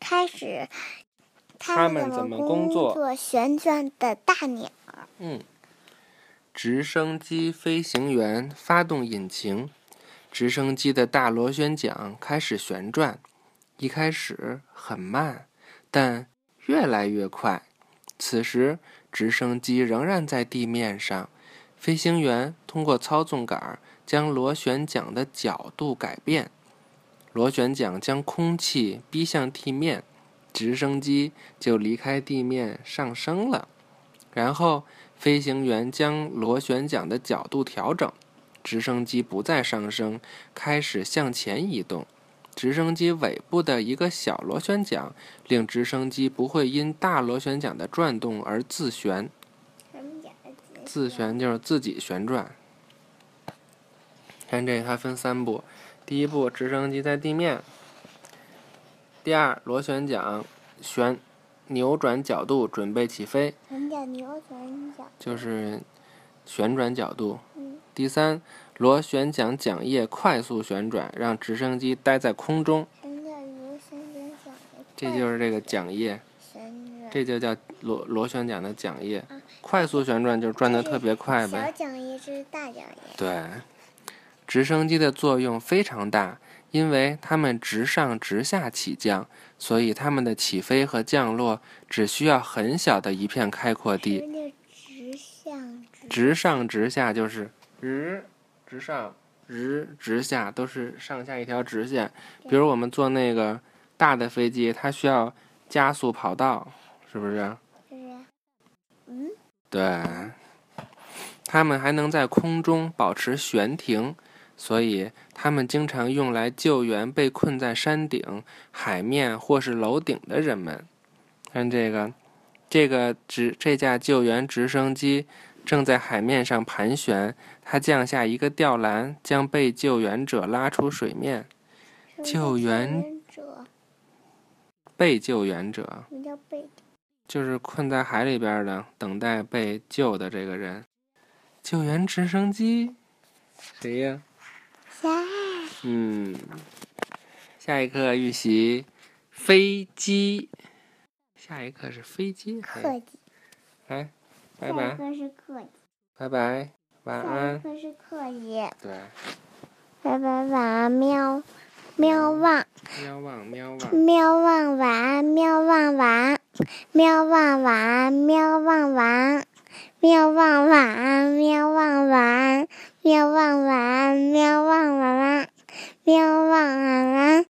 开始他们们怎么工工作旋转的大鸟，嗯，直升机飞行员发动引擎，直升机的大螺旋桨开始旋转。一开始很慢，但越来越快。此时，直升机仍然在地面上。飞行员通过操纵杆将螺旋桨的角度改变，螺旋桨将空气逼向地面，直升机就离开地面上升了。然后飞行员将螺旋桨的角度调整，直升机不再上升，开始向前移动。直升机尾部的一个小螺旋桨令直升机不会因大螺旋桨的转动而自旋，什么鸟？自旋就是自己旋转。看这它分三步，第一步直升机在地面，第二螺旋桨旋扭转角度准备起飞，什么叫扭转角？就是旋转角度。嗯第三，螺旋桨桨叶快速旋转，让直升机待在空中，什么叫螺旋桨角？这就是这个桨叶，旋转。这就叫螺螺旋桨的桨叶。快速旋转就是转得特别快呗。小桨叶是大桨叶，对，直升机的作用非常大，因为它们直上直下起降，所以它们的起飞和降落只需要很小的一片开阔地。什么叫直向直？直上直下就是直直上直直下都是上下一条直线。比如我们坐那个大的飞机，它需要加速跑道，是不是？是啊嗯，对，它们还能在空中保持悬停，所以它们经常用来救援被困在山顶、海面或是楼顶的人们。看这个，这个直这架救援直升机正在海面上盘旋，它降下一个吊篮，将被救援者拉出水面。什么叫救援者，被救援者什么叫被就是困在海里边的，等待被救的这个人。救援直升机，谁呀？下嗯，下一课预习飞机，下一课是飞机。客机？来，拜下一拜，课是客机，拜拜，下晚一安。课是客机。对，拜拜，晚安，喵，喵旺，喵望喵望，喵旺，晚安，喵旺，晚安，喵旺，晚安，喵旺，晚安，喵旺，晚安，喵旺，晚安，喵旺，晚安，喵旺，晚安，喵旺，晚安，